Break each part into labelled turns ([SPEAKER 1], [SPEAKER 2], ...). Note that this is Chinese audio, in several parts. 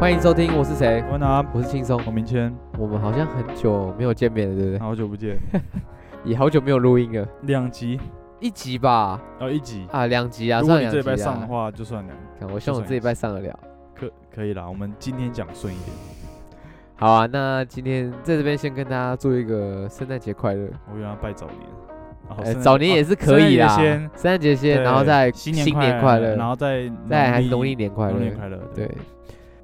[SPEAKER 1] 欢迎收听，我是谁？
[SPEAKER 2] 我拿
[SPEAKER 1] 我是轻松。
[SPEAKER 2] 我明谦，
[SPEAKER 1] 我们好像很久没有见面了，对不对？
[SPEAKER 2] 好久不见，
[SPEAKER 1] 也好久没有录音了，
[SPEAKER 2] 两集
[SPEAKER 1] 一集吧，
[SPEAKER 2] 哦一集。
[SPEAKER 1] 啊，两集啊，
[SPEAKER 2] 如
[SPEAKER 1] 上
[SPEAKER 2] 果你
[SPEAKER 1] 两
[SPEAKER 2] 这礼拜
[SPEAKER 1] 集
[SPEAKER 2] 上
[SPEAKER 1] 啊。
[SPEAKER 2] 的话，就算两集，
[SPEAKER 1] 看，我希望我
[SPEAKER 2] 就算一
[SPEAKER 1] 这礼拜上得了。
[SPEAKER 2] 可可以啦。我们今天讲顺一点，
[SPEAKER 1] 好啊，那今天在这边先跟大家做一个圣诞节快乐。
[SPEAKER 2] 我原来拜早年，哦
[SPEAKER 1] 哎
[SPEAKER 2] 圣诞
[SPEAKER 1] 早年也
[SPEAKER 2] 哦
[SPEAKER 1] 是可以啦，
[SPEAKER 2] 圣
[SPEAKER 1] 圣
[SPEAKER 2] 诞节先
[SPEAKER 1] 诞节先，
[SPEAKER 2] 对
[SPEAKER 1] 然后再
[SPEAKER 2] 新
[SPEAKER 1] 年
[SPEAKER 2] 年
[SPEAKER 1] 快
[SPEAKER 2] 乐，然后再
[SPEAKER 1] 再来还是农历年快
[SPEAKER 2] 农历
[SPEAKER 1] 乐。
[SPEAKER 2] 快乐。
[SPEAKER 1] 对，，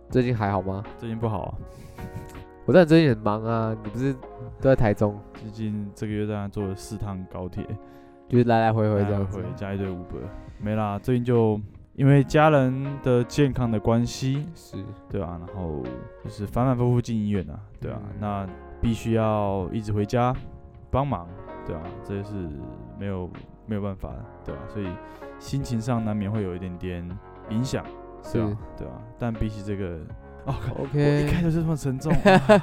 [SPEAKER 1] 最近还好吗？
[SPEAKER 2] 最近不好啊，
[SPEAKER 1] 我知道你最近很忙啊，你不是都在台中，
[SPEAKER 2] 最近这个月当然坐了四趟高铁，
[SPEAKER 1] 就是来来回回
[SPEAKER 2] 来
[SPEAKER 1] 这
[SPEAKER 2] 来
[SPEAKER 1] 样
[SPEAKER 2] 回
[SPEAKER 1] 子。
[SPEAKER 2] 加一堆 Uber，没啦。最近就因为家人的健康的关系，
[SPEAKER 1] 是，
[SPEAKER 2] 对啊，然后就是反反复复进医院啊，对啊，
[SPEAKER 1] 嗯
[SPEAKER 2] 那必须要一直回家帮忙，对啊，这也是没有没有办法的，对吧、所以心情上难免会有一点点影响，对
[SPEAKER 1] 是
[SPEAKER 2] 啊，对啊，但比起这个，哦，我一
[SPEAKER 1] ，OK。
[SPEAKER 2] 开头就这么 沉重、啊，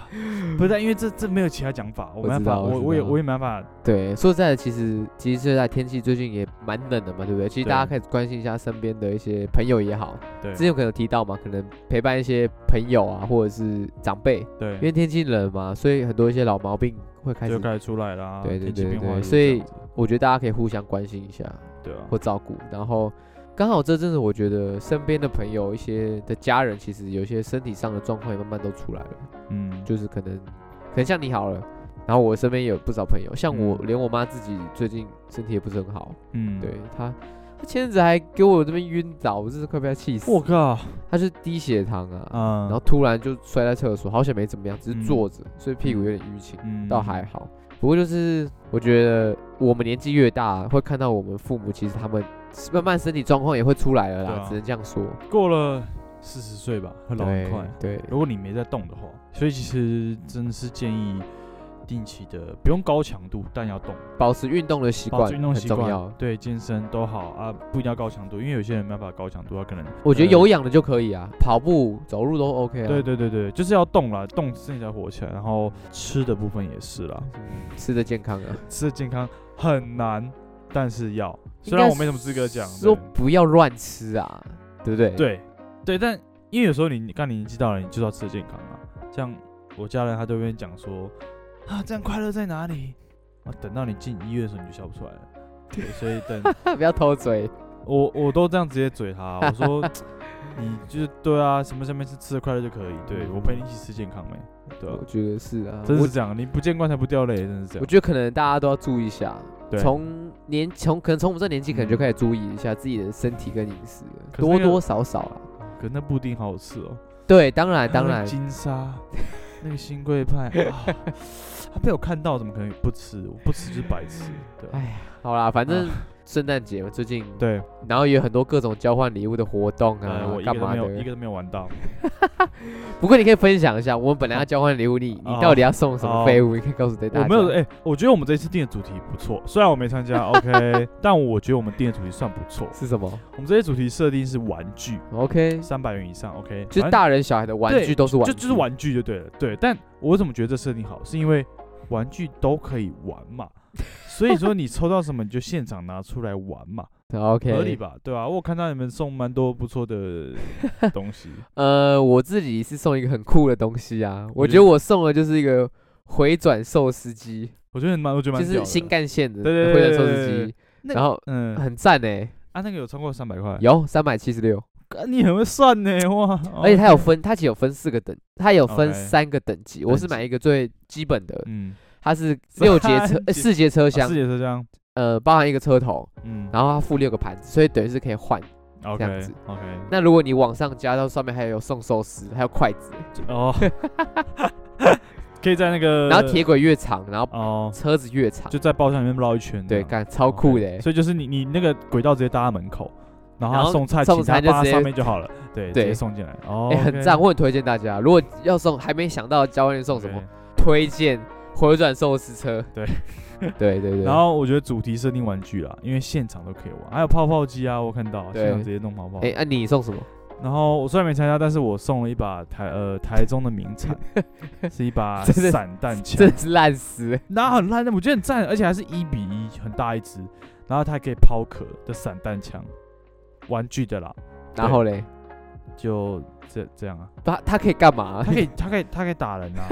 [SPEAKER 2] 不是，但因为这这没有其他讲法，我
[SPEAKER 1] 我
[SPEAKER 2] 没办
[SPEAKER 1] 知
[SPEAKER 2] 法，
[SPEAKER 1] 道我
[SPEAKER 2] 我
[SPEAKER 1] 知
[SPEAKER 2] 我也
[SPEAKER 1] 道
[SPEAKER 2] 我也没办法，
[SPEAKER 1] 对，说实在的，其实其实现在天气最近也蛮冷的嘛，对不对？其实
[SPEAKER 2] 对
[SPEAKER 1] 大家可以关心一下身边的一些朋友也好，
[SPEAKER 2] 对
[SPEAKER 1] 之前可能有提到嘛，可能陪伴一些朋友啊，或者是长辈，因为
[SPEAKER 2] 对，
[SPEAKER 1] 天气冷嘛，所以很多一些老毛病会开
[SPEAKER 2] 就
[SPEAKER 1] 始，
[SPEAKER 2] 开始出来啦，
[SPEAKER 1] 对对
[SPEAKER 2] 天气
[SPEAKER 1] 对
[SPEAKER 2] 变化
[SPEAKER 1] 对
[SPEAKER 2] 也是
[SPEAKER 1] 所
[SPEAKER 2] 这样
[SPEAKER 1] 以
[SPEAKER 2] 子
[SPEAKER 1] 我觉得大家可以互相关心一下
[SPEAKER 2] 对啊，
[SPEAKER 1] 或照顾。然后刚好这阵子，我觉得身边的朋友一些的家人，其实有些身体上的状况也慢慢都出来了，
[SPEAKER 2] 嗯，
[SPEAKER 1] 就是可能可能像你好了。然后我身边也有不少朋友，像我，
[SPEAKER 2] 嗯
[SPEAKER 1] 连我妈自己最近身体也不是很好，
[SPEAKER 2] 嗯，
[SPEAKER 1] 对，他，他前阵子还给我这边晕倒，我真是快被他气死。
[SPEAKER 2] 我靠，
[SPEAKER 1] 他是低血糖啊，
[SPEAKER 2] 嗯，
[SPEAKER 1] 然后突然就摔在厕所，好险没怎么样，只是
[SPEAKER 2] 嗯
[SPEAKER 1] 坐着，所以屁股有点淤青，
[SPEAKER 2] 嗯
[SPEAKER 1] 倒还好。不过就是我觉得我们年纪越大，会看到我们父母其实他们慢慢身体状况也会出来了啦，
[SPEAKER 2] 对啊
[SPEAKER 1] 只能这样说。
[SPEAKER 2] 过了四十岁吧，会老很
[SPEAKER 1] 对
[SPEAKER 2] 快。
[SPEAKER 1] 对，
[SPEAKER 2] 如果你没在动的话，所以其实真的是建议定期的，不用高强度，但要动，
[SPEAKER 1] 保持运动的习
[SPEAKER 2] 保
[SPEAKER 1] 惯
[SPEAKER 2] 持运动
[SPEAKER 1] 很
[SPEAKER 2] 习
[SPEAKER 1] 重要
[SPEAKER 2] 惯，。对健身都好啊，不一定要高强度，因为有些人没办法高强度，他可能
[SPEAKER 1] 我觉得
[SPEAKER 2] 呃
[SPEAKER 1] 有氧的就可以啊，跑步、走路都 OK 啊。
[SPEAKER 2] 对对对对，就是要动啦，动身体才活起来。然后吃的部分也是啦，
[SPEAKER 1] 嗯，吃的健康啊。
[SPEAKER 2] 吃的健康很难，但是要。
[SPEAKER 1] 应
[SPEAKER 2] 虽然
[SPEAKER 1] 该
[SPEAKER 2] 我没什么资格讲，
[SPEAKER 1] 说不要乱吃啊，对不对？
[SPEAKER 2] 对对，但因为有时候你你看你年纪大了，你就要吃得健康啊。像我家人，他都会讲说啊，这样快乐在哪里？啊，等到你进医院的时候，你就笑不出来了。对，所以等
[SPEAKER 1] 不要偷嘴。
[SPEAKER 2] 我我都这样直接嘴他，我说你就是对啊，什么下面是吃的快乐就可以。对我陪你一起吃健康没？ 对、啊
[SPEAKER 1] 我，觉得是啊，
[SPEAKER 2] 真是
[SPEAKER 1] 我
[SPEAKER 2] 这样，你不见棺材不掉泪，真是这
[SPEAKER 1] 我
[SPEAKER 2] 样。
[SPEAKER 1] 觉得可能大家都要注意一下，
[SPEAKER 2] 对
[SPEAKER 1] 从年从可能从我们这年纪，可能就
[SPEAKER 2] 嗯
[SPEAKER 1] 开始注意一下自己的身体跟饮食了，
[SPEAKER 2] 可是
[SPEAKER 1] 多
[SPEAKER 2] 那个
[SPEAKER 1] 多少少啦。
[SPEAKER 2] 可那布丁好好吃哦、
[SPEAKER 1] 对，当然
[SPEAKER 2] 还有
[SPEAKER 1] 哎当
[SPEAKER 2] 那
[SPEAKER 1] 然，
[SPEAKER 2] 金沙那个新贵派，啊 他被我看到，怎么可能不吃？我不吃就是白 痴。对啊，
[SPEAKER 1] 哎呀，好啦，反正圣诞节嘛，最近，
[SPEAKER 2] 对，
[SPEAKER 1] 然后也有很多各种交换礼物的活动
[SPEAKER 2] 呃，
[SPEAKER 1] 啊
[SPEAKER 2] 我，一个
[SPEAKER 1] 干
[SPEAKER 2] 都
[SPEAKER 1] 嘛
[SPEAKER 2] 没有，一
[SPEAKER 1] 的。
[SPEAKER 2] 个都没有玩 到。
[SPEAKER 1] 不过你可以分享一下，我们本来要交换礼物， 你你
[SPEAKER 2] 哦
[SPEAKER 1] 到底要送什么
[SPEAKER 2] 哦
[SPEAKER 1] 废物？你可以告诉大家。
[SPEAKER 2] 我没有，哎、我觉得我们这次定的主题不错，虽然我没参加 ，OK，但我觉得我们定的主题算不错。
[SPEAKER 1] 是什么
[SPEAKER 2] 我们这些主题设定是玩具，
[SPEAKER 1] ？OK，
[SPEAKER 2] 三百元以上，OK，
[SPEAKER 1] 就是
[SPEAKER 2] 反正
[SPEAKER 1] 大人小孩的玩
[SPEAKER 2] 对
[SPEAKER 1] 具都是玩具，
[SPEAKER 2] 就就是玩具就对了，对。但我怎么觉得这设定好，是因为玩具都可以玩嘛，所以说你抽到什么你就现场拿出来玩嘛，
[SPEAKER 1] OK，
[SPEAKER 2] 合理吧？对吧、我看到你们送蛮多不错 的东西，
[SPEAKER 1] 呃，我自己是送一个很酷的东西啊，我
[SPEAKER 2] 我觉
[SPEAKER 1] 觉得我送的就是一个回转寿司机，
[SPEAKER 2] 我觉得蛮，我觉
[SPEAKER 1] 就
[SPEAKER 2] 得蛮屌
[SPEAKER 1] 是
[SPEAKER 2] 的
[SPEAKER 1] 新干线的
[SPEAKER 2] 对对对
[SPEAKER 1] 回转寿
[SPEAKER 2] 对对
[SPEAKER 1] 司机，
[SPEAKER 2] 那
[SPEAKER 1] 然后
[SPEAKER 2] 嗯
[SPEAKER 1] 很赞哎，
[SPEAKER 2] 啊，那个有超过三百块，
[SPEAKER 1] 有三百七十六，
[SPEAKER 2] 啊你很会算呢哇！ 哦
[SPEAKER 1] 而且它有
[SPEAKER 2] OK
[SPEAKER 1] 分，它其实有分四个等，它有分
[SPEAKER 2] OK
[SPEAKER 1] 三个等级，我是
[SPEAKER 2] 等级
[SPEAKER 1] 买一个最基本的，
[SPEAKER 2] 嗯，
[SPEAKER 1] 它是六节车
[SPEAKER 2] 三
[SPEAKER 1] 呃
[SPEAKER 2] 节
[SPEAKER 1] 四节车
[SPEAKER 2] 啊
[SPEAKER 1] 厢
[SPEAKER 2] 四，节车厢，
[SPEAKER 1] 呃，包含一个车头，
[SPEAKER 2] 嗯，
[SPEAKER 1] 然后它附六个盘子，所以等于是可以换。
[SPEAKER 2] OK
[SPEAKER 1] 这样子
[SPEAKER 2] OK，
[SPEAKER 1] 那如果你往上加到上面还有送寿司，还有筷子，
[SPEAKER 2] 哦，可以在那个，
[SPEAKER 1] 然后铁轨越长，然后
[SPEAKER 2] 哦，
[SPEAKER 1] 车子越长
[SPEAKER 2] 就，在包厢里面绕一圈这
[SPEAKER 1] 对，
[SPEAKER 2] 样，
[SPEAKER 1] 干超酷的欸
[SPEAKER 2] OK，。所以就是你你那个轨道直接搭他门口，然后
[SPEAKER 1] 然
[SPEAKER 2] 他
[SPEAKER 1] 后
[SPEAKER 2] 送菜，
[SPEAKER 1] 送
[SPEAKER 2] 请
[SPEAKER 1] 餐
[SPEAKER 2] 他
[SPEAKER 1] 就
[SPEAKER 2] 搭
[SPEAKER 1] 直接
[SPEAKER 2] 上面就好了，对，直
[SPEAKER 1] 对
[SPEAKER 2] 接送进来，哦
[SPEAKER 1] 哎、，很赞，
[SPEAKER 2] OK，
[SPEAKER 1] 我很推荐大家。如果要送，还没想到教练送什么
[SPEAKER 2] OK
[SPEAKER 1] 推荐回转寿司车。
[SPEAKER 2] 对，
[SPEAKER 1] 对对对。
[SPEAKER 2] 然后我觉得主题设定玩具啦，因为现场都可以玩，还有泡泡机啊，我看到
[SPEAKER 1] 对
[SPEAKER 2] 现场直接弄泡泡
[SPEAKER 1] 哎，。那、你送什么？
[SPEAKER 2] 然后我虽然没参加，但是我送了一把台呃台中的名 产，是一把
[SPEAKER 1] 真的
[SPEAKER 2] 散弹枪
[SPEAKER 1] 真，是烂死了。
[SPEAKER 2] 那很烂的，我觉得很赞，而且还是一比一，很大一只，然后它还可以抛壳的散弹枪，玩具的啦，
[SPEAKER 1] 然后嘞，
[SPEAKER 2] 就这这样啊，
[SPEAKER 1] 他他可以干嘛？
[SPEAKER 2] 他可以他可以他可以打人 啊，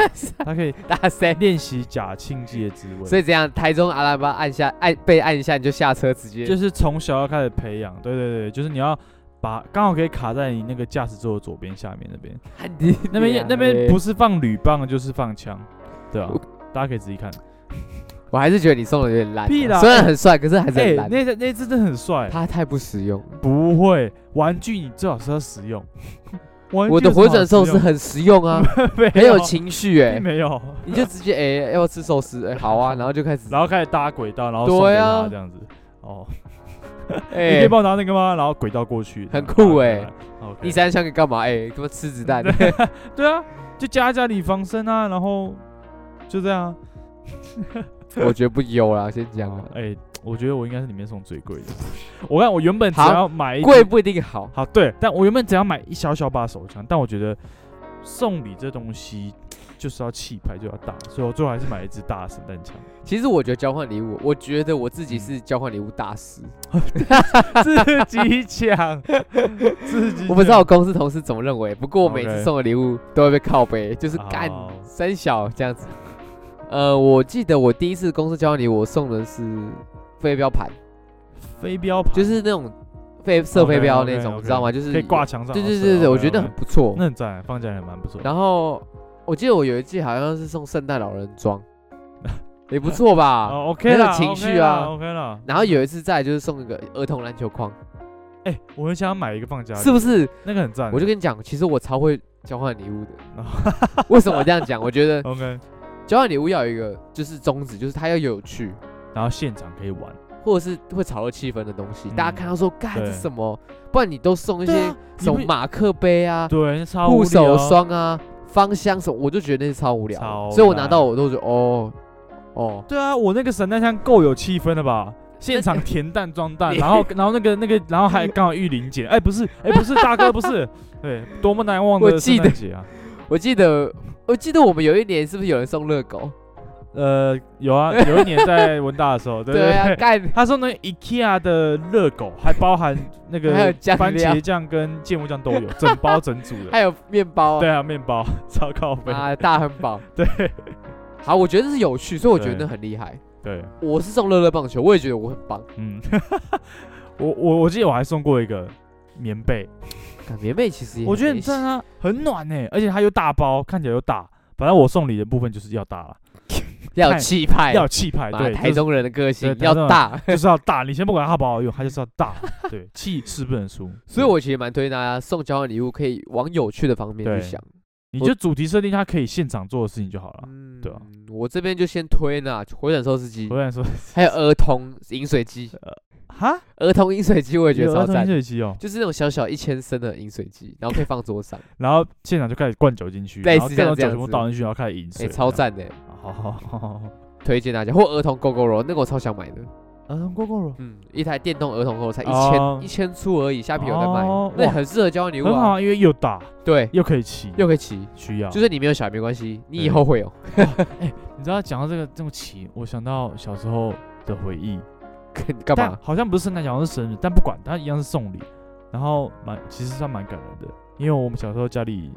[SPEAKER 2] 他可以
[SPEAKER 1] 打谁？
[SPEAKER 2] 练习假庆忌的滋味。
[SPEAKER 1] 所以这样，台中阿拉巴按下按被按一下，你就下车直接。
[SPEAKER 2] 就是从小要开始培养，对对对，就是你要把刚好可以卡在你那个驾驶座的左边下面那边，
[SPEAKER 1] 你
[SPEAKER 2] 那边那边不，是放铝棒就是放枪，对啊
[SPEAKER 1] 啊我，
[SPEAKER 2] 大家可以仔细看。
[SPEAKER 1] 我还是觉得你送的有点烂。啊
[SPEAKER 2] 屁啦
[SPEAKER 1] 虽然很帅，可是还是
[SPEAKER 2] 哎
[SPEAKER 1] 很，烂。
[SPEAKER 2] 那那那只真的很帅，
[SPEAKER 1] 他太不实用了。
[SPEAKER 2] 不会玩具，你最好是要实用。玩具
[SPEAKER 1] 我的
[SPEAKER 2] 有什么
[SPEAKER 1] 回
[SPEAKER 2] 好
[SPEAKER 1] 转寿
[SPEAKER 2] 实
[SPEAKER 1] 司
[SPEAKER 2] 用
[SPEAKER 1] 很实用啊，
[SPEAKER 2] 没
[SPEAKER 1] 很有情绪哎
[SPEAKER 2] 并。没 有，
[SPEAKER 1] 你就直接 哎、要不要吃寿司？哎、好啊，然后就开始
[SPEAKER 2] 然后开始搭轨道，然后送
[SPEAKER 1] 对
[SPEAKER 2] 给
[SPEAKER 1] 啊
[SPEAKER 2] 他这样子。哦，你可
[SPEAKER 1] 哎
[SPEAKER 2] 以，帮我拿那个吗？然后轨道过去，
[SPEAKER 1] 很酷欸
[SPEAKER 2] 哎。OK
[SPEAKER 1] 第三箱给干嘛？哎、他妈吃子弹，
[SPEAKER 2] 对啊，就加加里防身啊，然后就这样啊。
[SPEAKER 1] 我觉得不优啦，先讲啊
[SPEAKER 2] 哦，哎、我觉得我应该是里面送最贵的。我看我原本只
[SPEAKER 1] 好
[SPEAKER 2] 要买一
[SPEAKER 1] 贵不一定好，
[SPEAKER 2] 好对，但我原本只要买一小小把手枪，但我觉得送礼这东西就是要气派，就要大，所以我最后还是买了一支大的散弹 枪。
[SPEAKER 1] 其实我觉得交换礼物，我觉得我自己
[SPEAKER 2] 嗯
[SPEAKER 1] 是交换礼物大师。
[SPEAKER 2] 自己抢，自己
[SPEAKER 1] 我不知道我
[SPEAKER 2] 抢，
[SPEAKER 1] 公司同事怎么认为，不过我每次
[SPEAKER 2] OK
[SPEAKER 1] 送的礼物都会被靠背，就是
[SPEAKER 2] 哦
[SPEAKER 1] 干三小这样子。呃，我记得我第一次公司交换礼物，我送的是飞镖盘，
[SPEAKER 2] 飞镖牌
[SPEAKER 1] 就是那种飞射飞镖那种，
[SPEAKER 2] OK，OK，OK
[SPEAKER 1] 你知道吗？就是
[SPEAKER 2] 可以挂墙上。
[SPEAKER 1] 对对
[SPEAKER 2] 然后
[SPEAKER 1] 对
[SPEAKER 2] 射
[SPEAKER 1] 对，我
[SPEAKER 2] 哦 OK，OK
[SPEAKER 1] 觉得很不错。
[SPEAKER 2] 那很赞，放起来也蛮不错。
[SPEAKER 1] 然后我记得我有一季好像是送圣诞老人 装，也不错吧。
[SPEAKER 2] 哦，OK
[SPEAKER 1] 很
[SPEAKER 2] 了，
[SPEAKER 1] 有啊情绪啊
[SPEAKER 2] ，OK 了。
[SPEAKER 1] 然后有一次再来就是送一个儿童篮球框，
[SPEAKER 2] 哎，我很想买一个放家里，
[SPEAKER 1] 是不是？
[SPEAKER 2] 那个很赞。
[SPEAKER 1] 我就跟你讲，其实我超会交换礼物
[SPEAKER 2] 哦
[SPEAKER 1] 的。 为什么我这样讲？我 觉得
[SPEAKER 2] OK，
[SPEAKER 1] 交换礼物要有一个就是宗旨，就是它要有趣，
[SPEAKER 2] 然后现场可以玩。
[SPEAKER 1] 或者是会炒热气氛的东西。
[SPEAKER 2] 嗯
[SPEAKER 1] 大家看到说，干
[SPEAKER 2] 对
[SPEAKER 1] 这什么？不然你都送一些
[SPEAKER 2] 对啊
[SPEAKER 1] 什么
[SPEAKER 2] 你不
[SPEAKER 1] 马克杯啊、
[SPEAKER 2] 对，那超无
[SPEAKER 1] 护手
[SPEAKER 2] 聊
[SPEAKER 1] 霜啊、芳香什么，我就觉得那是超无聊
[SPEAKER 2] 超
[SPEAKER 1] 的。所以我拿
[SPEAKER 2] 烂
[SPEAKER 1] 到我都觉得哦哦，
[SPEAKER 2] 对啊，我那个散弹枪够有气氛了吧？现场填弹 装弹，
[SPEAKER 1] 你
[SPEAKER 2] 然后然后那个那个，然后还刚好玉林姐，哎、不是，哎、不是大哥，不 是，对，多么难忘
[SPEAKER 1] 我
[SPEAKER 2] 的
[SPEAKER 1] 记
[SPEAKER 2] 圣
[SPEAKER 1] 得
[SPEAKER 2] 诞节啊！
[SPEAKER 1] 我记得，我记得我们有一年是不是有人送热狗？
[SPEAKER 2] 呃，有啊，有一年在文大的时候，对对
[SPEAKER 1] 对啊，
[SPEAKER 2] 对，
[SPEAKER 1] 干
[SPEAKER 2] 他说那个 IKEA 的热狗还包含那个
[SPEAKER 1] 还有酱料
[SPEAKER 2] 番茄酱跟芥末酱 都有，整包整组的。
[SPEAKER 1] 还有面包
[SPEAKER 2] 对啊，面包 超靠背。
[SPEAKER 1] 啊，大汉堡。
[SPEAKER 2] 对
[SPEAKER 1] 好，我觉得是有趣，所以我觉得
[SPEAKER 2] 对
[SPEAKER 1] 那很厉害。
[SPEAKER 2] 对，
[SPEAKER 1] 我是送乐乐棒球，我也觉得我很棒。
[SPEAKER 2] 嗯， 我我我记得我还送过一个棉被，
[SPEAKER 1] 干棉被其实也
[SPEAKER 2] 我觉得
[SPEAKER 1] 没
[SPEAKER 2] 很赞啊，很暖呢、而且它又大包，看起来又大。反正我送礼的部分就是要大了，
[SPEAKER 1] 要有
[SPEAKER 2] 太
[SPEAKER 1] 气派，
[SPEAKER 2] 要有气派，
[SPEAKER 1] 哎妈
[SPEAKER 2] 对，
[SPEAKER 1] 台中人的个性
[SPEAKER 2] 对台
[SPEAKER 1] 要
[SPEAKER 2] 中人
[SPEAKER 1] 大。
[SPEAKER 2] 就是就是要大。你先不管它好不好用，它就是要 大，对，气势不能输。
[SPEAKER 1] 所以我其实蛮推荐大家送交换礼物，可以往有趣的方面
[SPEAKER 2] 对
[SPEAKER 1] 去想。
[SPEAKER 2] 你就主题设定它可以现场做的事情就好了。
[SPEAKER 1] 嗯
[SPEAKER 2] 对啊，
[SPEAKER 1] 我这边就先推呢，回转寿司机
[SPEAKER 2] 我，想 说，
[SPEAKER 1] 还有儿童饮水机。
[SPEAKER 2] 哈，
[SPEAKER 1] 儿童饮水机我也觉得
[SPEAKER 2] 有儿
[SPEAKER 1] 超
[SPEAKER 2] 童
[SPEAKER 1] 赞，
[SPEAKER 2] 学习哦，
[SPEAKER 1] 就是那种小小一千升的饮水机，然后可以放桌 上，
[SPEAKER 2] 然后现场就开始灌酒进去，
[SPEAKER 1] 类
[SPEAKER 2] 然后
[SPEAKER 1] 似
[SPEAKER 2] 各
[SPEAKER 1] 像
[SPEAKER 2] 种
[SPEAKER 1] 这样
[SPEAKER 2] 酒全部
[SPEAKER 1] 子
[SPEAKER 2] 倒进去，然后开始饮水，
[SPEAKER 1] 哎，超
[SPEAKER 2] 这样。
[SPEAKER 1] 赞的。
[SPEAKER 2] 好好好好，好
[SPEAKER 1] 推荐大家，或儿童狗狗肉，那个我超想买的。
[SPEAKER 2] 儿童锅锅肉
[SPEAKER 1] 嗯，一台电动儿童狗才一
[SPEAKER 2] 哦
[SPEAKER 1] 千一千出而已，虾皮有在卖
[SPEAKER 2] 哦，
[SPEAKER 1] 那
[SPEAKER 2] 哇
[SPEAKER 1] 很适合交换礼物
[SPEAKER 2] 很好
[SPEAKER 1] 啊。
[SPEAKER 2] 啊，因为又大
[SPEAKER 1] 对，
[SPEAKER 2] 又可以骑，
[SPEAKER 1] 又可以骑，
[SPEAKER 2] 需要。
[SPEAKER 1] 就是你没有小孩没关系，你以
[SPEAKER 2] 对
[SPEAKER 1] 后会有。
[SPEAKER 2] 你知道讲到这个这么骑，我想到小时候的回忆，
[SPEAKER 1] 干
[SPEAKER 2] 但
[SPEAKER 1] 嘛？
[SPEAKER 2] 好像不是圣诞节，好像是生日，但不管，它一样是送礼，然后蛮其实算蛮感人的，因为我们小时候家里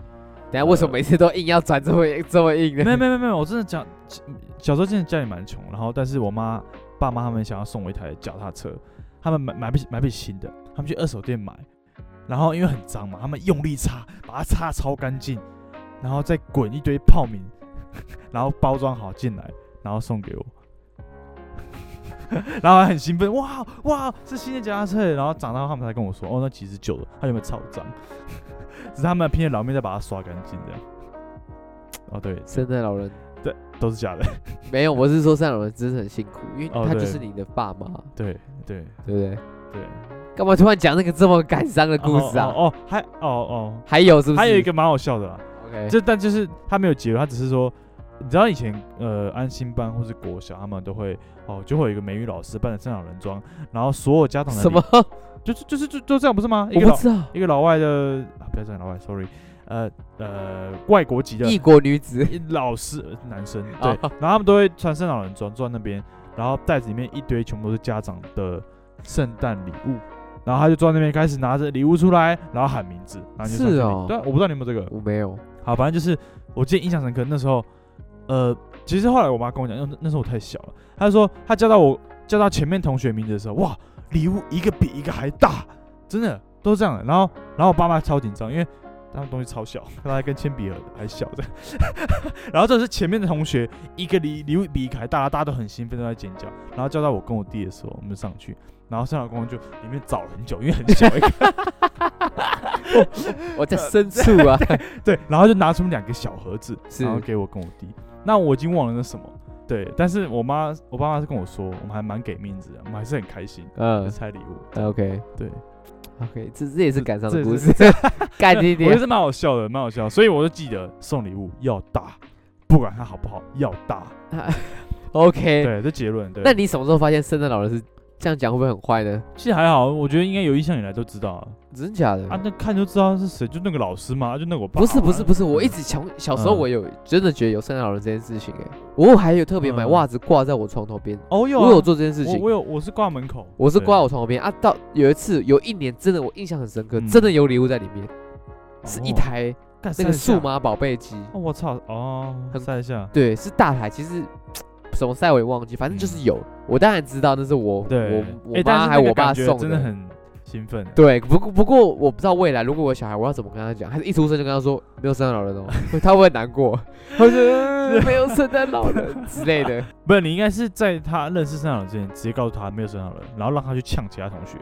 [SPEAKER 1] 等下为什么每次都硬要转这么这么硬
[SPEAKER 2] 没有
[SPEAKER 1] 呢？
[SPEAKER 2] 没有没有没有，我真的讲小时候真的家里蛮穷，然后但是我妈爸妈他们想要送我一台脚踏车，他们买买不起买不起新的，他们去二手店买，然后因为很脏嘛，他们用力擦，把它擦超干净，然后再滚一堆泡棉，然后包装好进来，然后送给我。 然后还很兴奋，哇哇，是新的脚踏车耶！然后长大后他们才跟我说，哦，那其实旧的，它有没有超脏？ 只是他们拼了老命再把它刷干净这样。哦，对，
[SPEAKER 1] 圣诞老人
[SPEAKER 2] 都是假的。
[SPEAKER 1] 没有，我是说圣诞老人真的很辛苦，因为
[SPEAKER 2] 哦
[SPEAKER 1] 他就
[SPEAKER 2] 对哦
[SPEAKER 1] 是你的爸妈，
[SPEAKER 2] 对对
[SPEAKER 1] 对不对？
[SPEAKER 2] 对，
[SPEAKER 1] 干嘛突然讲那个这么感伤的故事
[SPEAKER 2] 哦
[SPEAKER 1] 啊？
[SPEAKER 2] 哦哦，还哦哦，
[SPEAKER 1] 还有是不是？
[SPEAKER 2] 还有一个蛮好笑的啦，
[SPEAKER 1] OK，
[SPEAKER 2] 就但就是他没有结论，他只是说，你知道以前呃安心班或是国小他们都会哦，就会有一个美语老师扮的圣诞老人装，然后所有家长的
[SPEAKER 1] 什么？
[SPEAKER 2] 就是就是就就这样不是吗？一
[SPEAKER 1] 我
[SPEAKER 2] 个
[SPEAKER 1] 不
[SPEAKER 2] 老
[SPEAKER 1] 知道。
[SPEAKER 2] 一个老外的啊，不要讲老外，sorry，呃呃外国籍的
[SPEAKER 1] 异国女子，
[SPEAKER 2] 老师呃男生对
[SPEAKER 1] 啊，
[SPEAKER 2] 然后他们都会穿圣诞老人装坐在那边，然后袋子里面一堆全部都是家长的圣诞礼物，然后他就坐在那边开始拿着礼物出来，然后喊名字，然后你就上
[SPEAKER 1] 是
[SPEAKER 2] 去领
[SPEAKER 1] 哦
[SPEAKER 2] 对啊， 我不知道你有没有这个，
[SPEAKER 1] 我没有，
[SPEAKER 2] 好，反正就是我记得印象深刻，那时候，呃，其实后来我妈跟我讲，因为那那时候我太小了，她说她叫到我叫到前面同学名字的时候，哇，礼物一个比一个还大，真的都是这样的。然后然后我爸妈超紧张，因为他们东西超小，他还跟铅笔盒还小的。 然后这是前面的同学一个礼礼物比一个还大，大家都很兴奋都在尖叫。然后叫到我跟我弟的时候，我们就上去。然后上老公就里面找了很久，因为很小一个，
[SPEAKER 1] 我在深处啊，
[SPEAKER 2] 对，然后就拿出两个小盒子，
[SPEAKER 1] 是
[SPEAKER 2] 然后给我跟我弟。那我已经忘了那什么，对，但是我妈我爸妈是跟我说，我们还蛮给面子的，我们还是很开心，
[SPEAKER 1] 嗯
[SPEAKER 2] 就拆礼物，
[SPEAKER 1] ，OK
[SPEAKER 2] 对，
[SPEAKER 1] OK，这这也是赶上的
[SPEAKER 2] 这
[SPEAKER 1] 故事， 干一
[SPEAKER 2] 我觉得
[SPEAKER 1] 点，
[SPEAKER 2] 是蛮好笑的，蛮好笑的所以我就记得送礼物要大，不管它好不好，要大，
[SPEAKER 1] OK。
[SPEAKER 2] 对，这结论，对。
[SPEAKER 1] 那你什么时候发现圣诞老人是这样讲会不会很坏呢？
[SPEAKER 2] 其实还好，我觉得应该有印象以来都知道啊，
[SPEAKER 1] 真假的？
[SPEAKER 2] 啊那啊看就知道是谁，就那个老师嘛，就那个我爸、
[SPEAKER 1] 嗯不是不是不是，我一
[SPEAKER 2] 直
[SPEAKER 1] 直从小时候
[SPEAKER 2] 嗯
[SPEAKER 1] 我有真的觉得有圣诞老人这件事情哎、我还有特别买
[SPEAKER 2] 嗯
[SPEAKER 1] 袜子挂在我床头边，
[SPEAKER 2] 哦有、啊，
[SPEAKER 1] 我有做这件事
[SPEAKER 2] 我
[SPEAKER 1] 情，
[SPEAKER 2] 我有我是挂门口，
[SPEAKER 1] 我是
[SPEAKER 2] 对
[SPEAKER 1] 挂在我床头边啊。到有一次有一年真的我印象很深刻，
[SPEAKER 2] 嗯
[SPEAKER 1] 真的有礼物在里面，是一，台
[SPEAKER 2] 哦干
[SPEAKER 1] 那个
[SPEAKER 2] 塞一
[SPEAKER 1] 数
[SPEAKER 2] 下
[SPEAKER 1] 码宝贝机，
[SPEAKER 2] 哦，我操！哦，
[SPEAKER 1] 很
[SPEAKER 2] 塞一下，
[SPEAKER 1] 对，是大台，其实什么赛我也忘记，反正就是有。我当然知道那是我
[SPEAKER 2] 嗯对
[SPEAKER 1] 我，我
[SPEAKER 2] 诶但
[SPEAKER 1] 妈
[SPEAKER 2] 是
[SPEAKER 1] 还
[SPEAKER 2] 那
[SPEAKER 1] 有
[SPEAKER 2] 个
[SPEAKER 1] 我爸
[SPEAKER 2] 感觉
[SPEAKER 1] 送
[SPEAKER 2] 真的很兴奋。
[SPEAKER 1] 对，不过不过我不知道未来如果我有小孩，我要怎么跟他讲？还是一出生就跟他说没有圣诞老人 哦，他会不会难过？或者没有圣诞老 人之类的？
[SPEAKER 2] 不是，你应该是在他认识圣诞老人之前，直接告诉他没有圣诞老人，然后让他去呛其他同 学，